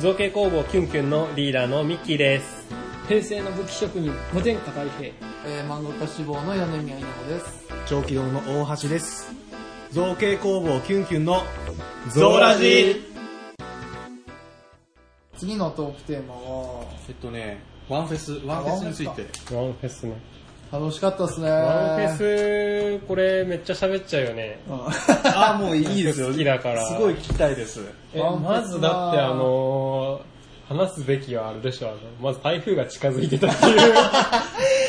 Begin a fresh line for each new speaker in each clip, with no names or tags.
造形工房キュンキュンのリーダーのミッキーです。
平成の武器職人、無天下太平。
えー、漫画家志望の柳宮稲穂です。
長期堂の大橋です造形工房キュンキュンの
次のトークテーマは、
えっとね、ワンフェス、ワンフェスについて。
ワンフェスね。
楽しかったっすね。
ワンフェス、これめっちゃ喋っちゃうよね。
あ、もういいですよ。
好きだから
すごい聞きたいです。
え、
ワンフェスな
まずだってあのー、話すべきはあれでしょ、あの、まず台風が近づいてたっていう。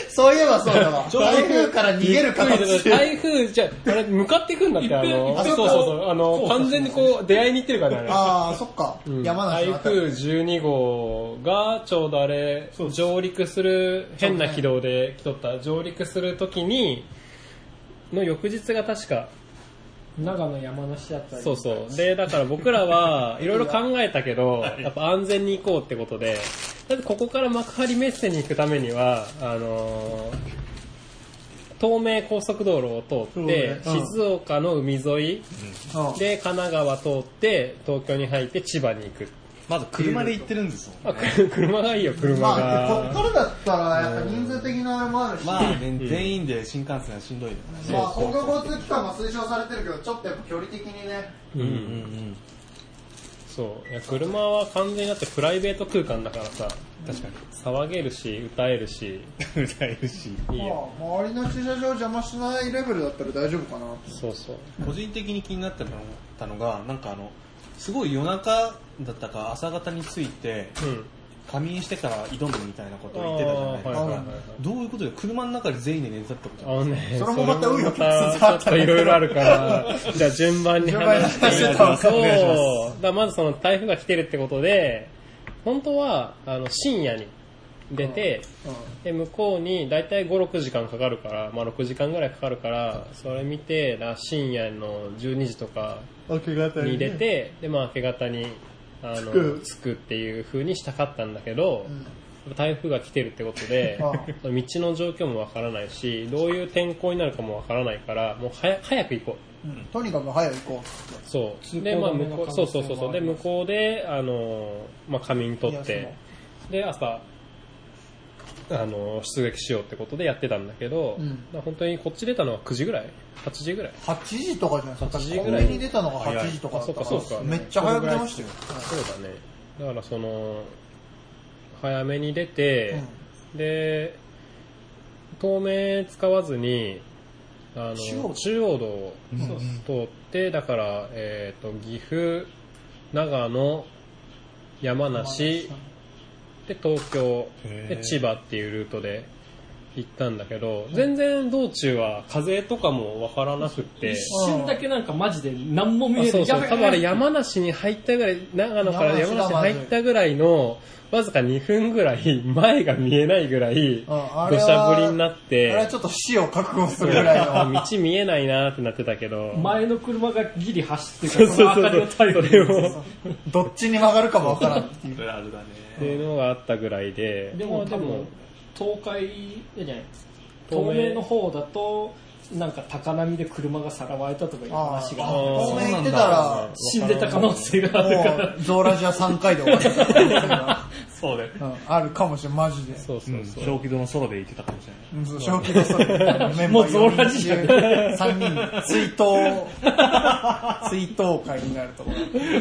そういえばそうだわ。台風から逃げる形。
台風、じゃあ、あれ、向かっていくんだって、あの、
あ
そうそうそう、あの、完全にこう、出会いに行ってるからね、あ
ああ、そっか。
れ。うん
山梨
台
のあた
風12号が、ちょうどあれ、上陸する、変な軌道で来とった、上陸する時に、の翌日が確か、
長野山梨だったり。
そうそう。で、だから僕ら は、いろいろ考えたけど、やっぱ安全に行こうってことで、だってここから幕張メッセに行くためには、あのー東名高速道路を通って、
そうねうん
静岡の海沿い
うん
で神奈川通って、東京に入って千葉に行く。
まず車で行ってるんですも
あ、
ん、ね。
く 車がいいよ、車
まあ、こ
が。
っからだったら、やっぱ人数的なあれもあるし、ま
ま
あ、
あね、全員で新幹線はしんどいよね。
公共交通機関が推奨されてるけど、ちょっとやっぱ距離的にね、
う
うんうん
ん。そう。いや、車は完全にだってプライベート空間だからさ、
確かに。
騒げるし、歌えるし、
歌えるし。
いいよ。
まあ、周りの駐車場邪魔しないレベルだったら大丈夫かな。
そうそう。
個人的に気になってたのが、なんかあの、すごい夜中だったか朝方について、
うん。
仮眠してから挑むみたいなことを言ってたじゃないですか。
あーはいはいはい
どういうことで車の中で全員で寝てたってこと
あのね、
それもまた紆余曲折
そ
あっ
れもま
た
たちょっといろいろある から、じゃあ順番に話して
順番に話して
そう、
お
だ
願いします
からまずその台風が来てるってことで、本当は、あの、深夜に出て、で、向こうに大体5、6時間かかるから、まあ6時間ぐらいかかるから、それ見て、だから深夜の12時とか
明け方
に出て、で、まあ明け方に、あの、
着く
着くっていう風にしたかったんだけど、台風が来てるってことで、
ああ
道の状況もわからないし、どういう天候になるかもわからないから、もう早早く行こう。
うんとにかく早く行こ
そう。
通行
で、まあ
止め
向
の
こう、
可能性
そうそうそうそう。
もあ
で、
り
向
ます
こうで、あのー、まあ仮眠取っ
いや
て、で、朝、あのー、出撃しようってことでやってたんだけど、
うん。
だから本当にこっち出たのは9時ぐらい ?8 時ぐらいう
8時とかじゃないですか。
8時
確か
ぐ
コ
ら
ン
い
ビニ出たのが8時とかだったか
あ
ら
そうかそうか
めっちゃ早く出ましたよ。
そうだね。だからその、早めに出て、で、透明使わずに、あの
中央
中央道を通って、だから、えっ、と、岐阜、長野、山梨、で、東京、で、千葉っていうルートで行ったんだけど、全然道中は風とかもわからなくって、
一瞬だけなんかマジで何も見え
あ
な
そ。
いう
そう
やべえ
多分あれ山梨に入ったぐらい、長野から山梨
山梨
に
だ
入ったぐらいの、わずか2分ぐらい、前が見えないぐらい、
うんあ
土
れは
砂降りになっ
あれは
て、
ちょっと死を覚悟するぐらいの。
道見えないなーってなってたけど、
前の車がギリ走って
そう
る
そう
その明かり
そ
を
う、そ
頼り
れを、っ
どっちに曲がるかもわからんっていう。
あるあるだね。
ていうのがあったぐらいで、
で
ま
も
あ
多分、東海じゃない
東名
東名の方だと、なんか高波で車がさらわれたとかいう
あー
話
あ、
が、
透明行って
あ
た、
死んでた可能性があるから
もう、ゾーラジア3回で終わりだから
そうだよ。
うんあるかもしれん、マジで。
そうそうそう。
正気度のソロで行ってたかもしれ
う
ない。
んそう正気のそれ。メン
も
バ
うゾー
ー
ラジア
4人中3人、追悼、追悼会になるとこ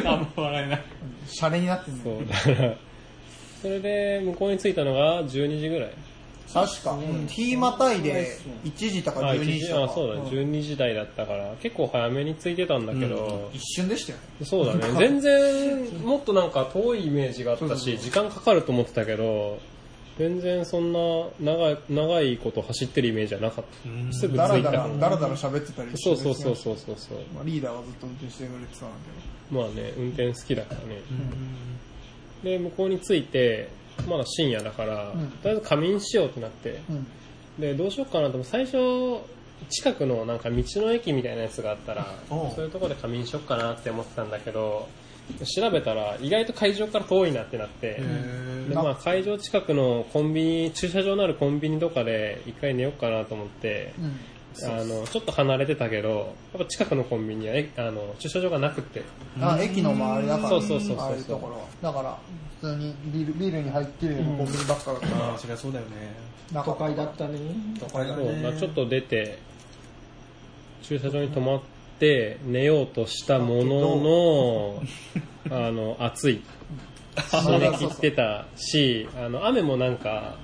ろ。
あんま笑えない。
シャレになってん
そ
の
うだからそれで、向こうに着いたのが12時ぐらい。
確か、うん日またいで1時とか
あ、
12
1
時
時、
と
あ、
か。
そうだね、12時台だったから、結構早めに着いてたんだけど、
一瞬でしたよね。
そうだね。 全然、もっとなんか遠いイメージがあったし、時間かかると思ってたけど、全然そんな長い長いこと走ってるイメージはなかった。すぐ着
だら
いた
だ、
から
だらだら喋ってたりして
そうそうそうそうそうそう。
まあリーダーはずっと運転してくれてたんだけ
まあね、運転好きだからね。で、向こうに着いて、まだ深夜だから、
うん
とりあえず仮眠しようってなって。
ど。うん。
で、どうしようかなと思って、最初、近くのなんか道の駅みたいなやつがあったら、
おう
そういうところで仮眠しよっかなって思ってたんだけど、調べたら意外と会場から遠いなってなって、でまあ、会場近くのコンビニ、駐車場のあるコンビニとかで一回寝ようかなと思って、あのちょっと離れてたけどやっぱ近くのコンビニはえあの駐車場がなくて
あ駅の周りだから
そうそうそうそう
ああいうところはだから普通にビルビルに入ってるようなコンビニばっかだったから
ああ、そりゃそうだよね。
中
都会だったね。
都会だ
そうだから
ね。
ちょっと出て駐車場に止まって寝ようとしたも ののあの暑い閉め切ってたしあの雨もなんか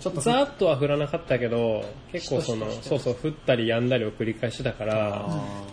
ちょっと
ざーっとは降らなかったけど結構そのそうそう降ったりやんだりを繰り返してたから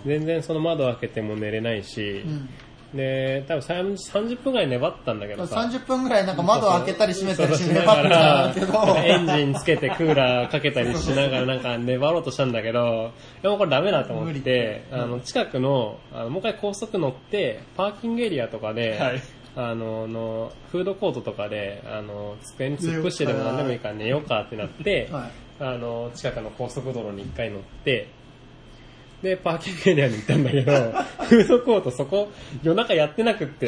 全然その窓開けても寝れないし、
うん
で多分30 30分ぐらい粘ったんだけどさ
30分ぐらいなんか窓開けたり閉めたりして
な
粘
が
ってた
ら
んだけど、
エンジンつけてクーラーかけたりしながらなんか粘ろうとしたんだけど、でもこれダメだと思って、あの、近くの、あのもう一回高速乗って、パーキングエリアとかで、
はい
あの、の、フードコートとかで、あの、机に突っ伏してでも何でもいいから寝ようかってなって、
はい
あの、近くの高速道路に一回乗って、で、パーキングエリアに行ったんだけど、フードコートそこ、夜中やってなくって、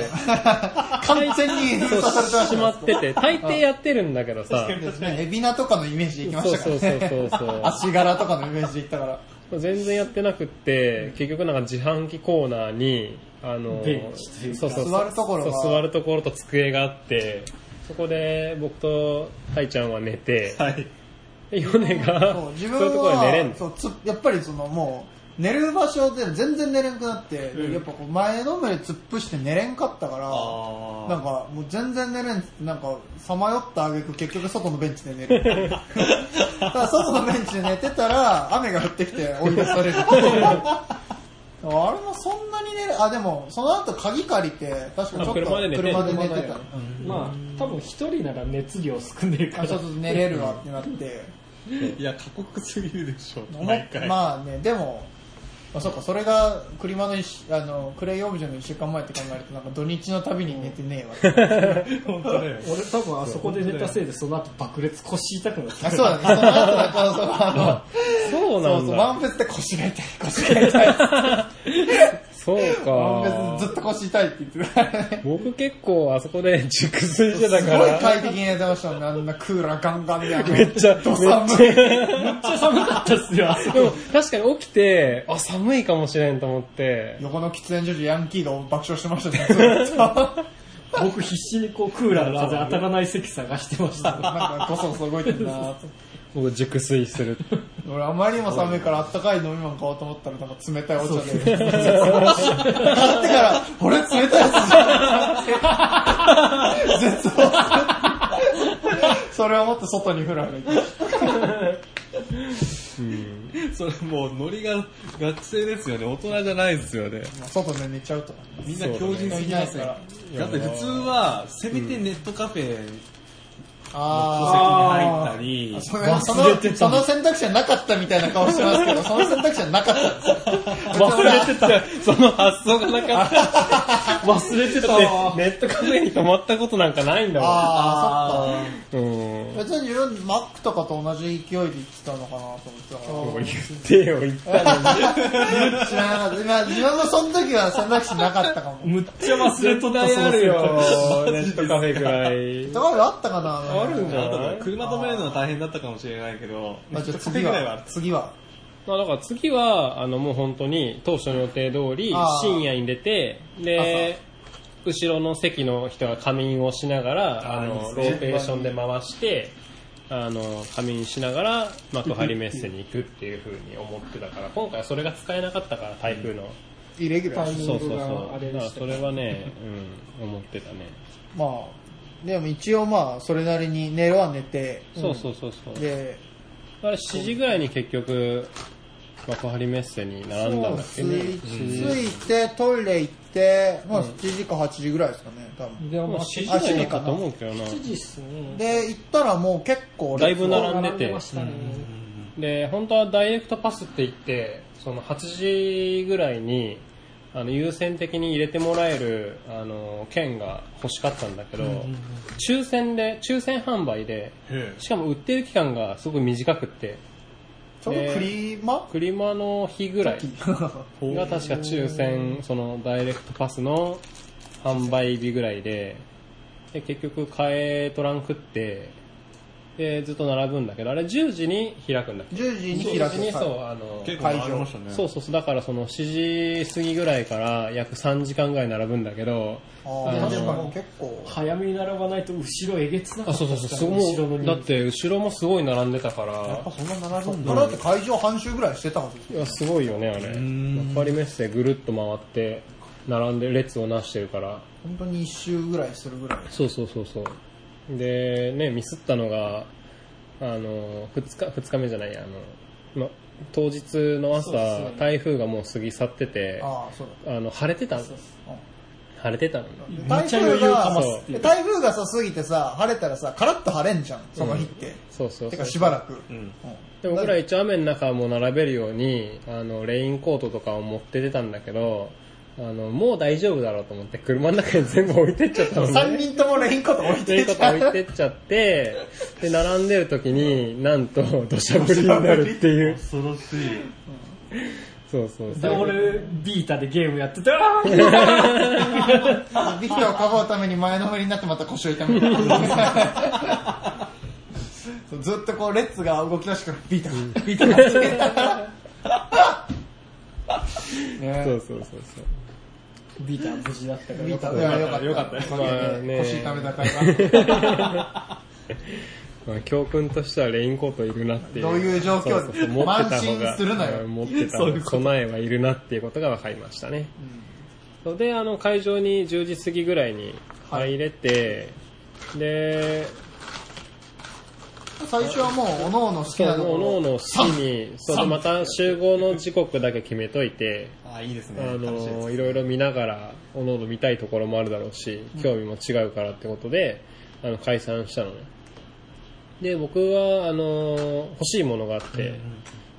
完全に封鎖されてまし
しまってて、大抵やってるんだけどさ、
たですね。エビナとかのイメージで行き
そう
ましたか
そ
ら
う
ね。
そうそうそ
足柄とかのイメージで行ったから。
う全然やってなくって結局なんか自販機コーナーにあの
ベンチというか
そうそうそう
座るところが
そう座るところと机があってそこで僕とタイちゃんは寝て、
はい。
でヨネが
そう自
そうい
分
うところで寝れん
は
の
そうつやっぱりそのもう寝る場所で全然寝れなくなって、やっぱこう前のめり突っ伏して寝れんかったから
あー
なんかもう全然寝れんっつってなんかさまよった挙句結局外のベンチで寝 るただ外のベンチで寝てたら雨が降ってき て追い出されるあれもそんなに寝るあでもその後鍵借りて確かちょっと
あ車で寝てる
車で寝てた
まあ、多分一人なら熱量少ねえか
あ
ら。
ちょっと寝れるわってなって
いや、過酷すぎるでしょ。
思っ
毎回。
まあねでも、まあ、そうかそれが車の一週あのクレイオブジェの1週間前って考えるとなんか土日のたびに寝てねえわ
本当だよ。
俺多分あそこで寝たせいでその後爆裂腰痛くなった
あそうだねその後だからそのあ
そう
の
なん
そうそ
だ
う万別で腰が痛い腰が痛い
そう
万別
か
ずっと腰痛いって言ってたから ね
僕結構あそこで熟睡してた
す
か
ごい
ら
快適に寝てましたもんねあんなクーラーガンガンであの
めっちゃ
どさむ
めっちゃ寒かったっすよ、あそ
で
こ。
も確かに起きてあ寒いかもしれんと思って
横の喫煙所でヤンキーが爆笑してましたねずっと
僕必死にこうクーラーの風当たらない席探してました。
なんかごそごそ動いてるなと
僕熟睡する
俺あまりにも寒いからあったかい飲み物買おうと思ったらなんか冷たいお茶で。買ってから、俺冷たいやつじゃんって。絶望するそれを持って外に振られて。
それもうノリが学生ですよね。大人じゃないですよね。
外で寝ちゃうとか。
みんな強靭すぎません。だって普通は、せめてネットカフェ
あ
の席に入ったり、
そのそのその選択肢はなかったみたいな顔してますけど、その選択肢はなかったんですよ。
忘れてた。その発想がなかった。 忘れてた。ネットカフェに泊まったことなんかないんだも
ああ、
ん。うん
そっ。か。別に自分、マックとかと同じ勢いで行ってたのかなと思ってたか
言
ら。
ってよ、言ったのに。
知らなかった。今、自分もその時は選択肢なかったかも。
むっちゃ忘れとった
絶対あるよ、 ネットカフェぐら
と
い。
ころあったかな
あるんじゃ
あ
ない
と車止めるのは大変だったかもしれないけど、
まあ、じゃあ
ネッ
次
トカフェぐらい
は、次は。
まあだから次は、あのもう本当に当初の予定通り
あー
深夜に出て、で、後ろの席の人が仮眠をしながら、あの、ローテーションで回して、あの、仮眠しながら、幕張メッセに行くっていう風に思ってたから、今回はそれが使えなかったから、台風の。
イレギュラ
タイ
ー。
ミ
そ
ン
うそう
グ
そ
があ
う。だ
れで
から
した
それはね、うん、思ってたね。
まあ、でも一応まあ、それなりに寝るは寝て、
そうそうそうそう。だ
で、
から7時ぐらいに結局、幕張メッセに並んだんだっ
つ
けね。
いついて、トイレ行って、まあ、7時か8時ぐらいですかね、多分。
でも
もう
まあ
7時
7
ぐらいだったと思うけどな。
時っすね。
で、行ったらもう結構
だいぶ
列
並
が
んでて
ましたね。
で、本当はダイレクトパスって言って、その8時ぐらいに、あの、優先的に入れてもらえる、あの、券が欲しかったんだけど、抽選で、抽選販売で、
へ
しかも売ってる期間がすごく短くって、
ちょうどクリマ
クリマの日ぐらい が確か抽選、そのダイレクトパスの販売日ぐらいで、で結局買えとらんくって、でずっと並ぶんだけどあれ10時に開くんだっけ
10時に
10
開
時
く。
にそう
は
あの
結構ありましたね。
そうそうそうだからその7時過ぎぐらいから約3時間ぐらい並ぶんだけど
いあ
あ
ー
の
確かに結構。
早めに並ばないと後ろえげつなか
あ
っ
そ
た
う
で
そう
す
そう
から
す
ね後ろ
ご
の
い
人
だって後ろもすごい並んでたから
そんな並ぶんだ。
だって会場半周ぐらいしてたはずです
いやすごいよねあれ
ん
幕張メッセぐるっと回って並んで列をなしてるから
本当に一周ぐらいするぐらい。
そうそうそうそうでねミスったのがあの2日2日目じゃないあの、ま、当日の朝、
そうですよね
台風がもう過ぎ去っててあ
ああ、そうだ。
の晴れてたん晴れてたの
で
めっ
台
ちゃ余
風
裕か
が
ますっていう、
台風がさ、過ぎてさ、晴れたらさ、カラッと晴れんじゃん、その日って。
そうそう
て
そ
か
う
しばらく。うん
ん
で僕ら一応雨の中も並べるようにあのレインコートとかを持って出たんだけどあのもう大丈夫だろうと思って車の中に全部置いてっちゃったのね
3人ともレインコート置い
とい
て
うこ
き
と
た。
置いてっちゃって、で、並んでる時に、なんと、土砂降りになるっていう。
恐ろしい。
そうそう
で
そう。
俺ビータでゲームやっててあー
ビクターをかばうために前のめりになってまた腰を痛めた。そうずっとこう、レッツが動き出してから、ビーター、ビーターが始めたから。
そうそうそうそう。
ビータ無事だったから
ビーター、い
よかっ
やよかった。よかった。
まあね
腰痛めたから。
まあ、教訓としてはレインコートいるなっていう。
どういう状況で
そうそうそう持ってた方が
慢心するなよ
うん持ってた方が備えはいるなっていうことが分かりましたね。そうで、あの、会場に10時過ぎぐらいに入れて、で、
最初はもう、おのおの好き
そう、
な
お
とこ
のお
ろ。
の好きに、そうで、また集合の時刻だけ決めといて、
あ、いいですね。
あ
楽しいで
の
す
いろいろ見ながらおのおの見たいところもあるだろうし興味も違うからってことで、あの解散したのねで僕はあの欲しいものがあって、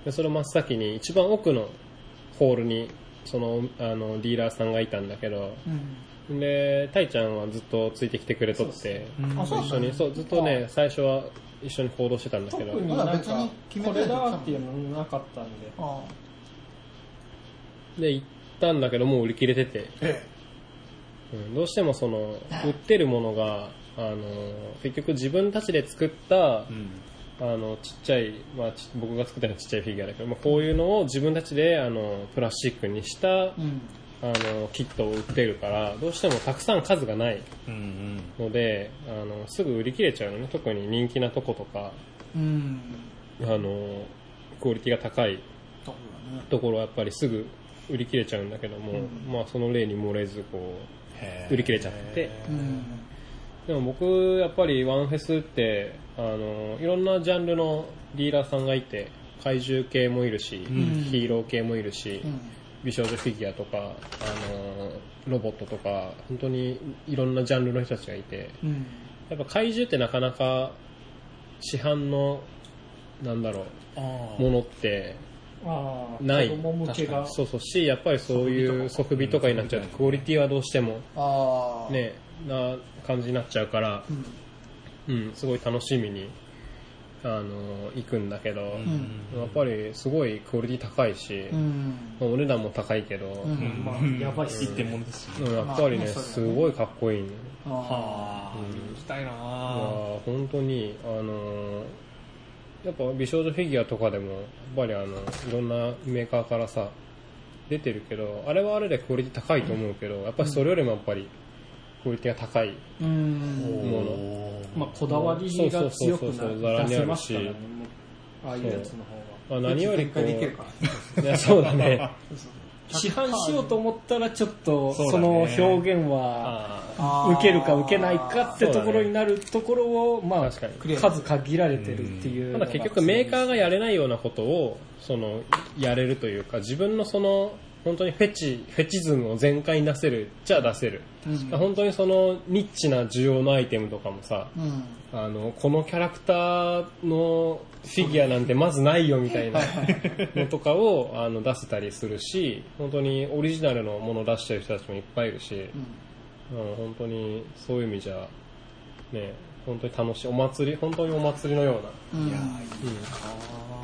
でそれを真っ先に一番奥のホールにそのあのディーラーさんがいたんだけど
うん
でタイちゃんはずっとついてきてくれとって
あ、そう
一緒にそうずっとね最初は一緒に行動してたんだけど
特に
ま
な
だ
ん
別に
か
決めて
こ
ない
れだっていうのなかったんで
あ
で行ったんだけどもう売り切れてて
え
うんどうしてもその売ってるものがあの結局自分たちで作った、あのちっちゃい、まあ、ち僕が作ったのはちっちゃいフィギュアだけど、まあ、こういうのを自分たちであのプラスチックにした、あ
えうん。
のキットを売ってるからどうしてもたくさん数がない
うんうん。
のであのすぐ売り切れちゃうのね特に人気なとことか
うん。
あのクオリティが高い
とこだね。
ところはやっぱりすぐ売り切れちゃうんだけども、まあ、その例に漏れずこう売り切れちゃって。
うん。
でも僕やっぱりワンフェスってあのいろんなジャンルのディーラーさんがいて怪獣系もいるし、ヒーロー系もいるし、
うん。
美少女フィギュアとかあのロボットとか本当にいろんなジャンルの人たちがいて
うん。
やっぱ怪獣ってなかなか市販のなんだろ
あ
うものって
あー
ない
子供向けが
そうそうしやっぱりそういうソフビとかになっちゃうとクオリティはどうしても
ああ。
ねな感じになっちゃうから
う、ん。
うん、すごい楽しみに、あの行くんだけど、
うん。
やっぱりすごいクオリティ高いし、
うん。
まあお値段も高いけど、
う
うん
ん。
まあやばいし
ってもんですし。
やっぱりね、
まあそうだ
す
よね
ごいかっこいいの、ね、
あ
ああ、行きたいない
やー
ぁ
本当に、あのやっぱ美少女フィギュアとかでも、やっぱりあの、いろんなメーカーからさ、出てるけど、あれはあれでクオリティ高いと思うけど、やっぱりそれよりもやっぱり、クオリティが高い
ーうん。
もの。
まあこだわり
そう
が強く
そうそうそうざら
な
に
出
あるし
せますからねもうああいうやつの方が
まあ、何よりこ
展開できるか
う、いや、そうだね。
市販しようと思ったらちょっと
そう
そ
だね
の表現は
あー
受けるか受けないかってところになるところをまあ
確かに
数限られてるっていう
た
の
だ
が
結局メーカーがやれないようなことをそのやれるというか自分のその本当にフェチフェチズムを全開に出せるじゃあ出せる、本当にそのニッチな需要のアイテムとかもさ
うん。
あのこのキャラクターのフィギュアなんてまずないよみたいなのとかをあの出せたりするし本当にオリジナルのものを出してる人たちもいっぱいいるし、うん、本当にそういう意味じゃね本当に楽しいお祭り本当にお祭りのような
うん。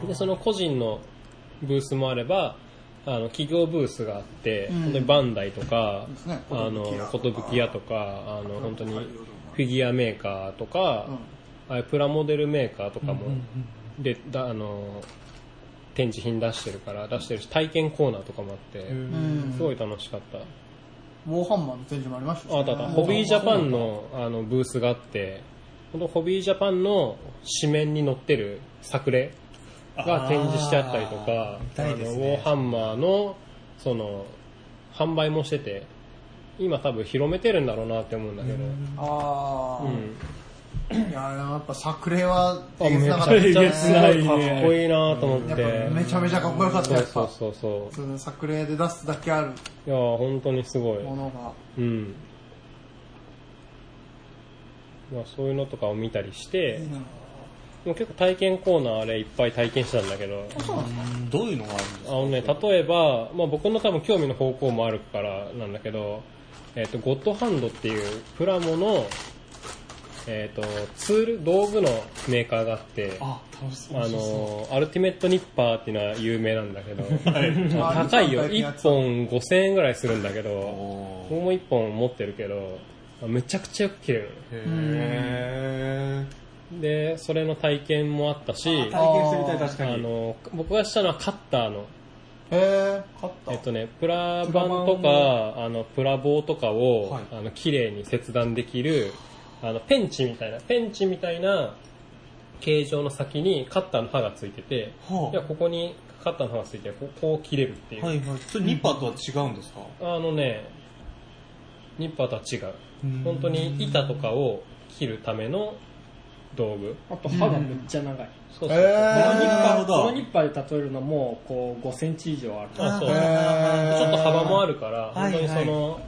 でその個人のブースもあればあの企業ブースがあって、
ん
本当にバンダイとか
ですね
あの寿屋とかあの本当にフィギュアメーカーとか、あれプラモデルメーカーとかも、
うんうん
でだあの展示品出してるから出してるし体験コーナーとかもあって、
うん
すごい楽しかった
ウォーハンマーの展示もありましたしね
あだからホビージャパンのあのブースがあってこのホビージャパンの紙面に載ってる作例が展示してあったりとかあ、のウォーハンマーのその販売もしてて今多分広めてるんだろうなって思うんだけど、
あ
う
ー
ん
いやでもやっぱ作例は
あめちゃ
か
くちゃす
す
ご
ご
い
い
かっこいいなと思って、
やっぱめちゃめちゃかっこよかった
そ
や
う
っ
そう
ぱ
そうそ
その作例で出すだけある
ういやー本当にすごい
ものが
うんまあ、そういうのとかを見たりして、
いいな
もう結構体験コーナーあれいっぱい体験したんだけど、
うんどういうのがあるんです
あ
か
のね、例えば、まあ、僕の多分興味の方向もあるからなんだけど、えっとゴッドハンドっていうプラモの、えっとツール道具のメーカーがあってあ
あ、楽しそう。
のアルティメットニッパーっていうのは有名なんだけど
あ
高いよ
ニッパー
1本5000円ぐらいするんだけど
お
僕も1本持ってるけどまあめちゃくちゃよく切れるのね
ーへ
でそれの体験もあったし
え体験してみたい確か
あ
に
の僕がしたのはカッターの
へえ勝った
えっとね、プラ板とかあのプラ棒とかを、
はい
あの綺麗に切断できるあのペンチみたいなペンチみたいな形状の先にカッターの刃がついてて、
はい
やここにカッターの刃がついてこうこう切れるっていう、
はいはいそれニッパーとは違うんですか
あのねニッパーとは違う本当に板とかを切るための道具
あと歯がめっちゃ長い。
そうそうそう、
え
なる
ー
ほど
このニッパーで例えるのも、こう、5センチ以上ある。
あそう
へー
ちょっと幅もあるから、
は
本
い
当にその、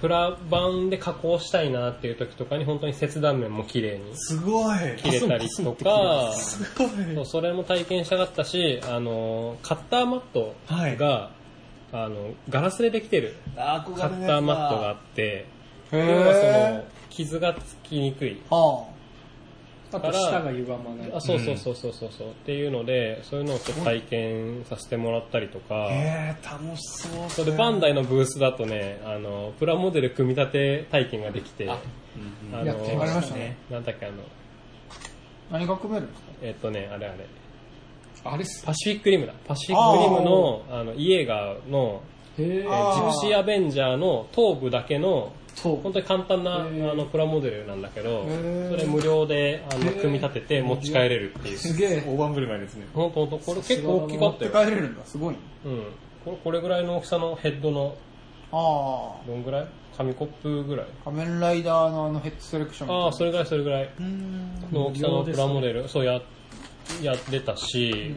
プラ板で加工したいなっていう時とかに本当に切断面も綺麗に
すごい
切れたりとか、そ
ごいう
それも体験したかったし、あの、カッターマット
はい
が、あの、ガラスでできてる
憧れ
カッターマットがあって、
へ
要はその、傷がつきにくい。
は
あと舌が歪まない。
あそうそうそうそうそうそう、っていうのでそういうのをちょっと体験させてもらったりとか
えー、楽しそうっす
そ
ね
れバンダイのブースだとねあのプラモデル組み立て体験ができてあ
あやってましたね
なんだっけあの
何が組めるんですか
えっとねあれあれ
あれっす。
パシフィックリムだパシフィックリムのあのイエーガーの
へ
え
ぇ
ージプシーアベンジャーの頭部だけの
頭部
本当に簡単なあ
ー
のプラモデルなんだけど
ー
それ無料であの組み立てて持ち帰れるっていう
すげえ
大盤振る舞いですね
本当本当これ結構大きかっ
持ったて
よ
帰れるんだすごいね
うん、これこれぐらいの大きさのヘッドの
あ
どんぐらい紙コップぐらい
あ仮面ライダーのあのヘッドセレクションみたいな
ああそれぐらいそれぐらいの大きさのプラモデル、そうややってたし、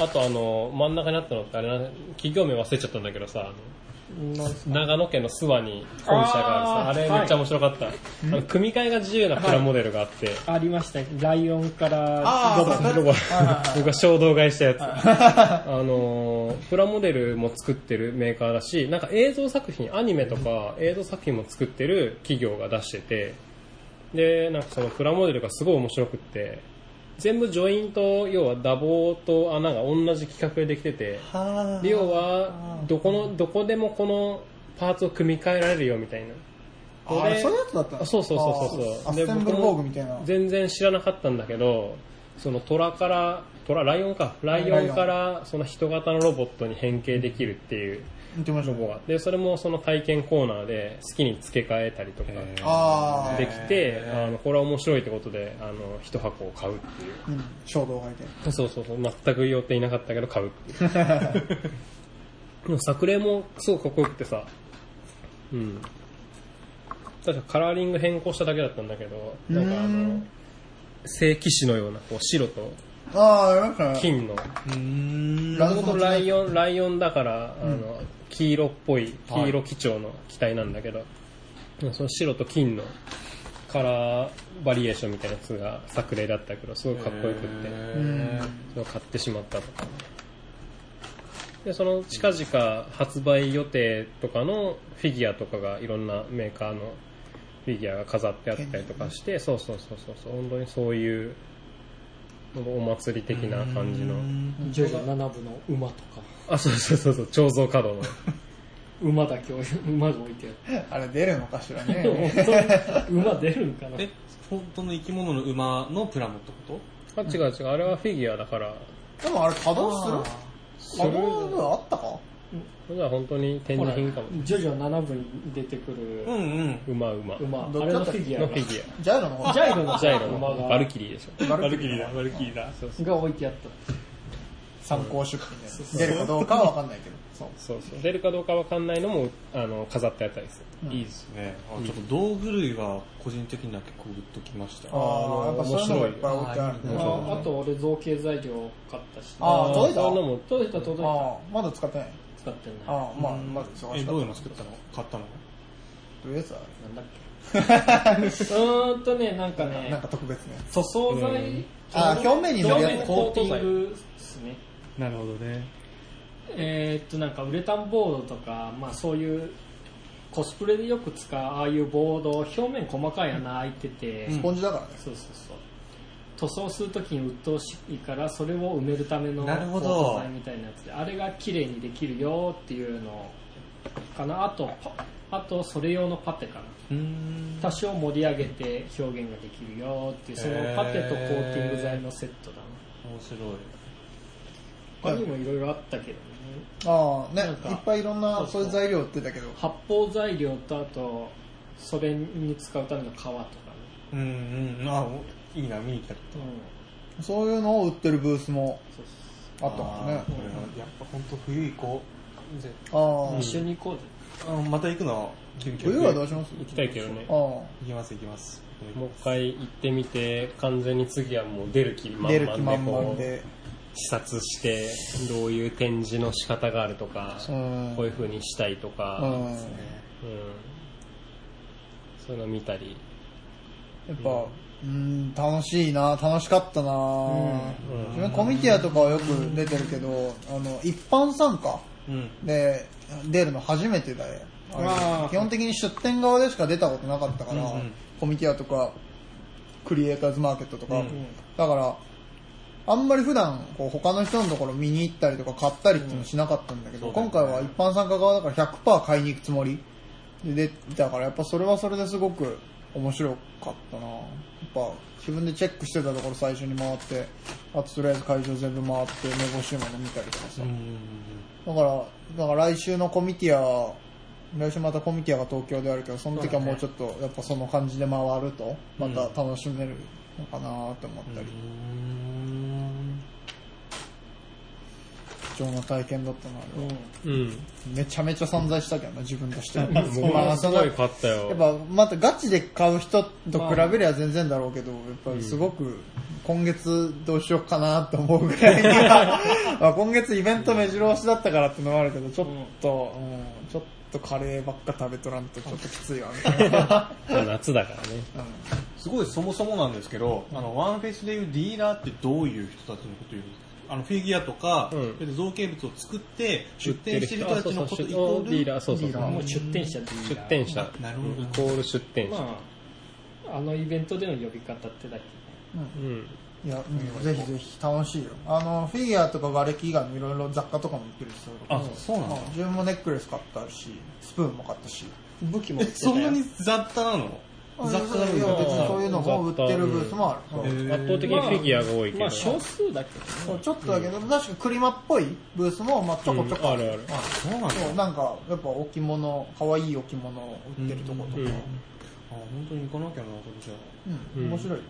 あとあの真ん中にあったのってあれな企業名忘れちゃったんだけどさあの長野県の諏訪に本社があるさあ
あー
れめっちゃ面白かった、あの組み替えが自由なプラモデルがあって、
ありましたね。ライオンから、
あ
ロ
あ
ボ
そう
ロボ僕が衝動買いしたやつ。あのー、プラモデルも作ってるメーカーだし、なんか映像作品、アニメとか映像作品も作ってる企業が出してて、で、なんかそのプラモデルがすごい面白くって、全部ジョイント、要は打棒と穴が同じ規格でできてて、で要は、どこの、どこでもこのパーツを組み替えられるよみたいな。
あれそういうやつだった
あそうそうそうそうそう
あアステンブルボーグみたいな
全然知らなかったんだけどその虎から虎ライオンかライ
ライ
オ
オ
ン
ン
からその人型のロボットに変形できるっていう
見てみましょう
ロボがでそれもその体験コーナーで好きに付け替えたりとか
ああ
できてあのこれは面白いってことであの一箱を買うっていう
うん衝動買いで
そうそうそう全く予定いなかったけど買うっていう でも作例もすごくかっこよくてさうん確かカラーリング変更しただけだったんだけどなんかあの
うん
正騎士のようなこう白と
ああやりましたね
金の
うん
もともとライオンライオンだからあの黄色っぽい黄色基調の機体なんだけど、その白と金のカラーバリエーションみたいなやつが作例だったけどすごいかっこよくって、それを買ってしまったとかでその近々発売予定とかのフィギュアとかがいろんなメーカーのフィギュアが飾ってあったりとかしてそうそうそうそうそう本当にそういうお祭り的な感じの
ジョジョ7部の馬とか。
あそうそうそうそう彫像稼働の
馬だけ置い馬が置いてあ
あれ出るのかし ら
る。
ね。
本当に馬出るんかな
え本当の生き物の馬のプラモってこ
あ違う違う、あれはフィギュアだから、
でもあれ稼働する
あー
稼働あったか
それは本当に展
ほ
示
ら、
品
ジ
かも。
ョジョ7部に出てくる
とうんうん。
馬馬の
馬、あ
どっ
れ
ちだ
の
った
フ
っ
フ
け
ィギュアが
ィギュ
ジャイロの方
ジャイロ
ア。
の
ジャイロの
馬が
バルキリーでしょ。
バルキリーだ
バルキリーだ。
そうそう
が置いてあった。
参考出品で出るかどうかはわかんないけど。そう。
そうそう出るかどうかわかんないのもあの飾ってあったりする、いいです
ね、あちょっと道具類は個人的には結構グッときました。
ああ、やっぱそういうのがいっぱい置いてある
面白い
ね。
ああと俺造形材料買ったし、
あー届いた
そういうのも
届いた届いた
ああ、まだ使ってない。
使ってない。
ああ、まあ、まあ、忙
え、
しか
どういう
っ
の作ったの買ったの
た。どういうやつあ
な んだっけ。うーんとね、なんか
れなん
ね、
か特別なやつ。
塗装剤、
あー表面に塗るやつ
表面コーティングですね。
なるほどね。
えーっとなんかウレタンボードとか、まあ、そういうコスプレでよく使うああいうボード表面細かい穴開いてて、
スポンジだからね。
そうそうそう塗装するときに鬱陶しいからそれを埋めるための
なるほど
コート材みたいなやつであれが綺麗にできるよっていうのかなあとパあとそれ用のパテかな
うーん。
多少盛り上げて表現ができるよっていうそのパテとコーティング材のセットだな
面白い。
他にもいろいろあったけどね
ああ、ね、
なんか
いっぱいいろん
そ
な
うそ
そうういう材料売ってたけど。
発泡材料とあとそれに使うための革とかね、
うんうん。あ、おいいな、見に行きたかった。
そういうのを売ってるブースも
そう
あったもんね
あー。これはやっぱ本当冬行こうぜ
あ
一緒に行こうぜ
あ。また行くの急
あ、
遽
冬はどうします
行きたいけどね
ああ。
行きます行きます。
もう一回行ってみて完全に次はもう出る気満
出る気満
々
々
でこ
で。
う視察してどういう展示の仕方があるとか
うん
こういう風にしたいと
う
か、
ん。や
うんそういうの見たり、
っぱ、うん、楽しいな、楽しかったな、自分コミティアとかはよく出てるけど、あの、一般参加
うん。
で出るの初めてだよ。あれ基本的に出店側でしか出たことなかったから、
うんうん
コミティアとか、クリエイターズマーケットとか、
うん
だから、あんまり普段こう他の人のところ見に行ったりとか買ったりっていうのしなかったんだけど、
うんそうだ
今
よね
回は一般参加側だから100%買いに行くつもりで出たからやっぱそれはそれですごく面白かったなやっぱ自分でチェックしてたところ最初に回ってあととりあえず会場全部回って目星もの見たりとかさ、
うん。
だからだから来週のコミティア来週またコミティアが東京であるけどその時はもうちょっとやっぱその感じで回るとまた楽しめるのかなって思ったり、
うん。
貴重な体験だったなあれは。
うん、
めちゃめちゃ散財したけどな、自分 としては。
僕
ま
は
あ
す
そ
ご
の
い
や
買ったよ
っぱ、またガチで買う人と比べりゃ全然だろうけど、やっぱりすごく、今月どうしようかなと思うぐらいに は、まあ今月イベント目白押しだったからってのもあるけど、ちょっと、うんちょっとカレーばっか食べとらんとちょっときついわ、み たいな。
夏だからね
すごいそもそもなんですけど、あの、ワンフェイスでいうディーラーってどういう人たちのこと言うんですかあの、フィギュアとか、
うん
えっと造形物を作って、出
売っ
店してる人たちのこと
あそう
イコ
そう
ー
デ
ル、
ィーラーそうそうそう
もう出店者でいい
出
や
店者
ななるほど
イコール出店者、
まああのイベントでの呼び方ってだけね
うん
いや、うんぜひぜひ楽しいよ。あの、フィギュアとか瓦礫以外のいろいろ雑貨とかも売ってるし、そういうこと
あ、そうなんだ。
うん自分もネックレス買ったし、スプーンも買ったし。
武器も売
え
ってた
そ
よ
んなに雑多なの
あ
雑貨が売って
い
た
や別にそういうのも売ってるブースもある、
へー
圧倒的にフィギュアが多いけど、
まあ少数だけど
そうちょっとだけど、確かクリマっぽいブースもまあちょこちょこ、
うんあるある
そうなんだ。
そうなんかやっぱ置物かわいい置物を売ってるとことか、
う
うんん
あ、本当に行かなきゃな、これじゃ
うん
面白い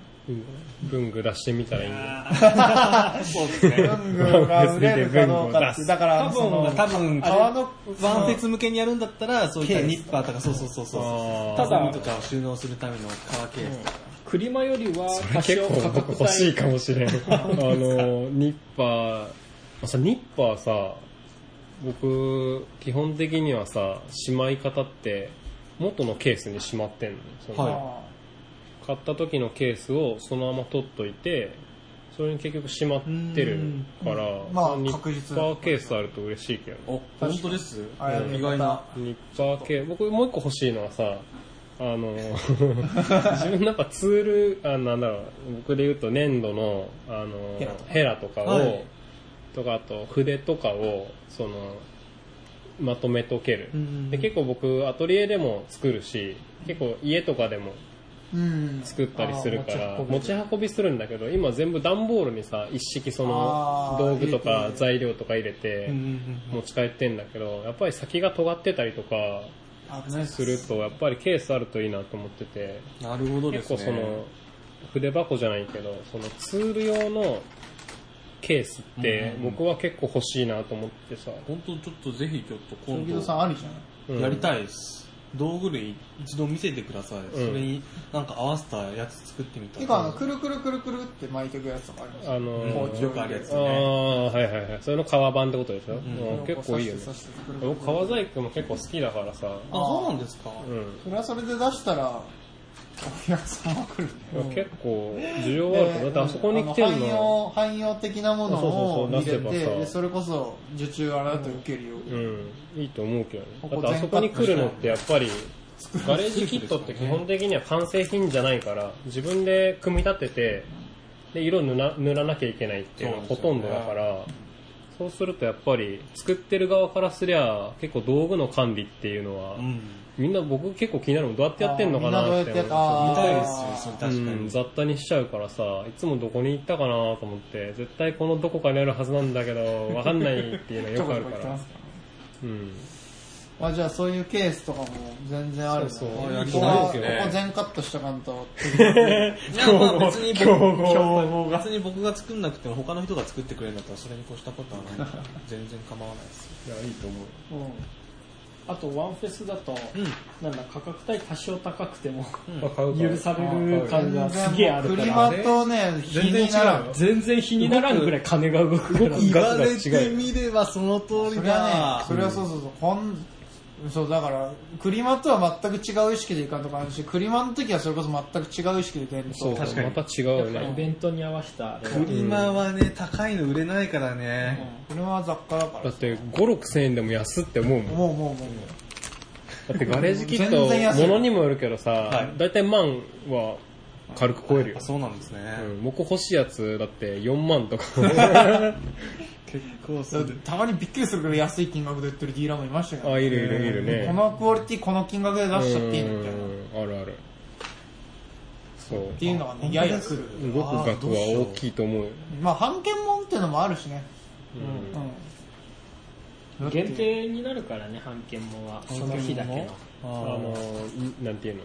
文具出してみたらいいんだよ
あ。そうですね。
文具が売れるかどうかっ
別
てだからその
多分、
革の
ワンフェス向けにやるんだったら、そういったニッパーとか、そうそうそうそう。
あ
た
ー
だ、ゴミとかを収納するための革ケースとか。
車よりは多
結
少
構
価
僕
格
欲しい
帯
かもしれん。あの、ニッパー、さ、ニッパーさ、僕、基本的にはさ、しまい方って、元のケースにしまってんの。その
は
買った時のケースをそのまま取っといて、それに結局しまってるから、
んまあ
ニッ
確実
パーケースあると嬉しいけどね。
お、本当です
あれね
意外な。
ニッパー系、僕もう一個欲しいのはさ、あの、自分のやっぱツール、あなんだろう、僕で言うと粘土の、あの、ヘラとかを、
はい
とかあと筆とかを、その、まとめとける、
ん
で結構僕アトリエでも作るし結構家とかでも
うん。
作ったりするから
あー
持ち運びするんだけど今全部段ボールにさ一式その
あー
道具と
入れて
か
ね
材料とか入れて
うんうん
持ち帰ってんだけどやっぱり先が尖ってたりとか
危ないっ
するとやっぱりケースあるといいなと思ってて
うんなるほどで
結
す
構そ
ね
の筆箱じゃないけどそのツール用のケースって
うんうんうん
僕は結構欲しいなと思ってさ、
本当ちょっとぜひちょっと今
荻野さ
度
んありじゃない
うん
やりたいです道具類一度見せてください、
ん
それになんか合わせたやつ作ってみた
てか、あの、くるくるくるくるって巻いていくやつとかあります
あの
うん
ー
よくあるやつ
あ
ね
あはいはいはいそれの革版ってことでしょ、
ん
うん結構いいよね
刺して刺してくるくる
僕革細工も結構好きだからさ、
あそうなんですか、
うん
それはそれで出したら、お客さんは来るね。
結構需要あると思うだってあそこに来て
あ
る
の汎
の
用汎用的なもの
そ
を
う
入
そうそう
れて
出せばさ
でそれこそ受注あなた受けるよ、
うん、いいと思うけどね
こ
だ
こ
ってあそこに来るのってやっぱりガレージキットって
作
基
る
本的には完成品じゃないから自分で組み立ててで色塗ら塗らなきゃいけないっていうのがほとんどだからそうするとやっぱり作ってる側からすりゃ結構道具の管理っていうのは、
うん
みんな僕結構気になるのどうやってやってんのかな
あーみんなどうや
っ
ってて
思う
や
そう
っあー
見たいですよそれ確かに、
うん、雑多にしちゃうからさいつもどこに行ったかなと思って絶対このどこかにあるはずなんだけど分かんないっていうのがよくあ るから
ね
うん
まあじゃあそういうケースとかも全然あるね
そう
そうやり
ここ
たい
は
です
こ
よね
こ全カットしとかんと
いやまあ別に僕別に僕が作んなくても他の人が作ってくれるんだったらそれに越したことはないから全然構わないですよ
いやいいと思う
うんあとワンフェスだと、なんだ価格帯多少高くても許される感がすげえあるか
クリ
ら
マとね気にならん
全然比にならんぐらい金が動くから
言
わ
わ
れ
れ
て
てみればその通
それは
り
ね
だ、
それはそうそうそう、こん、そうだから、クリマとは全く違う意識でいかんとかあるし、クリマの時はそれこそ全く違う意識で出る
そう
確か
ま
に
た違うよ
やっぱイ
ね
ベントに合わせたあれは
フリマはね高いの売れないからね
クリマは雑貨だか
だ
ら
っ。て5 6千円でも安って思う もん
もうもうもうもう。
だってガレージキット
全然安い
物にもよるけどさ
い
大体万は軽く超えるよ
あ、そうなんですね、
うん、僕欲しいやつだって4万とか
結構
だってたまにびっくりするぐらい安い金額で売ってるディーラーもいましたけど、
あいるいるいるね
このクオリティこの金額で出しちゃっていいのみたい
う
な。っ
んあるあるそう
ていうのがね、ややする。
動く額は大きいと思うよ
まあ、半券もんっていうのもあるしね。うん。
限定になるからね半券もはその日だけの
あのーなんていうの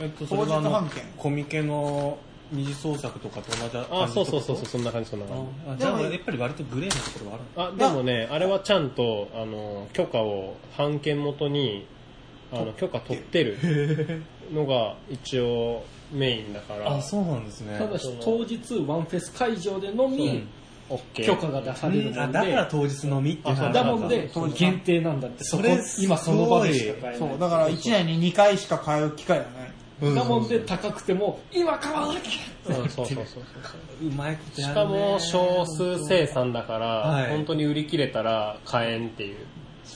えっと
当日
あの
半券。
コミケの二次創作とかと同じ
あそうそうそううそうそんな感じそんな感じ
じゃあやっぱり割とグレーなところはある
あでもねあれはちゃんとあの許可を判件元にあの許可取ってるのが一応メインだから
そうなんですね
ただし当日ワンフェス会場でのみ
オッケー
許可が出されるもんで
あだから当日のみって
あそう
だもんで
そうそう
限定なんだって
そ
そこ
れ
今その場でしか買えない
そう、だから1年に2回しか買う機会がない。
だもんで高くても今買わなき
うんそうそうそうそう
うまいこと
し
や
か
るね
も少数生産だから、
はい
本当に売り切れたら買えんっていう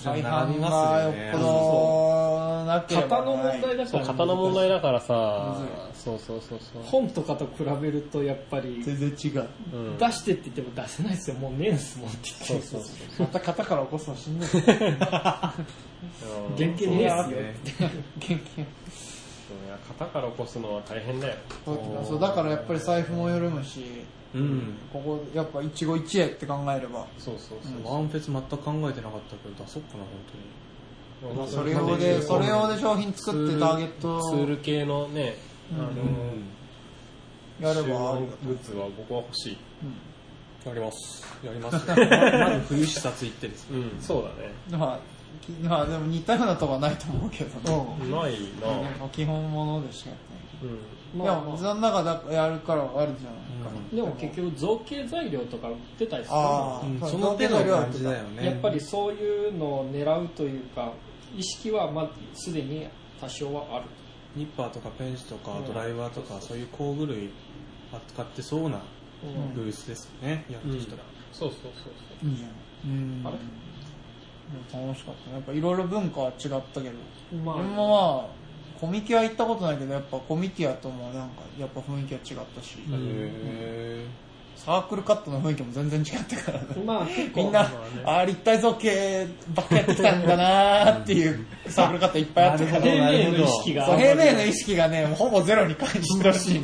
大半がよっぽどなけ
ゃ
れば
型の問題だか
そう
ら
型の問題だからさそうそうそうそ
本とかと比べるとやっぱり
全然違う
う、うん、
出してって言っても出せないですよもうねえんすもんって言って
そうそう
また型から起こすのしんどい
そう
原型ねえっすよ
経験
いや型から起こすのは大変だよ
そうだからやっぱり財布も緩むし
うん
ここやっぱ一期一会って考えれば
そうそう
ワンフェス全く考えてなかったけど出そうかな本
そう、
それ用でそれ用で商品作ってターゲット
ツール系のね、あの
当にうん
やれ
収
ば
納グッズは僕は欲しい、
やりますやりますよまず冬視察行ってですね
うん、そうだね
まあきまあでも似たようなとこはないと思うけどね
ないな、
もう基本ものでしかやっ
う
てないでもその中だやるからあるじゃないか
でも結局造形材料とか売ってたりする
あ
の
あ
うんその手の感じだよね
やっぱりそういうのを狙うというか意識はまあすでに多少はある
ニッパーとかペンチとかドライバーとかそういう工具類扱ってそうなブースですよねやってきたら
そうそうそう
いいじゃんうん
あれ
でも楽しかったねやっぱいろいろ文化は違ったけど
ま
俺
あ
もまあコミティア行ったことないけどやっぱコミティアともなんかやっぱ雰囲気は違ったし、
へ
サークルカットの雰囲気も全然違ってからね
まあ結構
みんな、ああー立体造形ばっかやってきたんだなーっていうサークルカットいっぱいあったから
平面の意識が
そう平面の意識がねもうほぼゼロに感じてほしい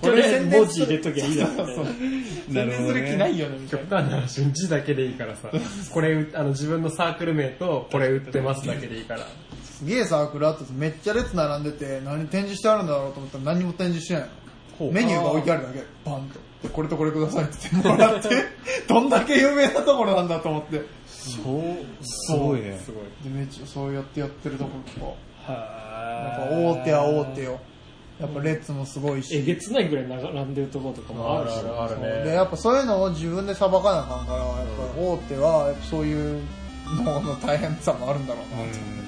とりあえず文字入れときゃいいだ
そうそう
な
ろ
全
る
然
ほど
す
ね
る気ないよねみたい
極
な
端な話、字だけでいいから さ、これ、あの、自分のサークル名と、これ売ってますだけでいいから。
すげえサークルあったんですめっちゃ列並んでて何展示してあるんだろうと思ったら何も展示してないのメニューが置いてあるだけバンとでこれとこれくださいって言ってもらって どんだけ有名なところなんだと思って
すごいね。
すごい。
でめっちゃそうやってやってるとこ結構やっぱ
は
大手は大手よやっぱ列もすごいし
えげつないぐらい並んでるところとかもあるし
あるね。
でやっぱそういうのを自分でさばかなあかんからやっぱ大手はやっぱそういうのの大変さもあるんだろうなって、
うん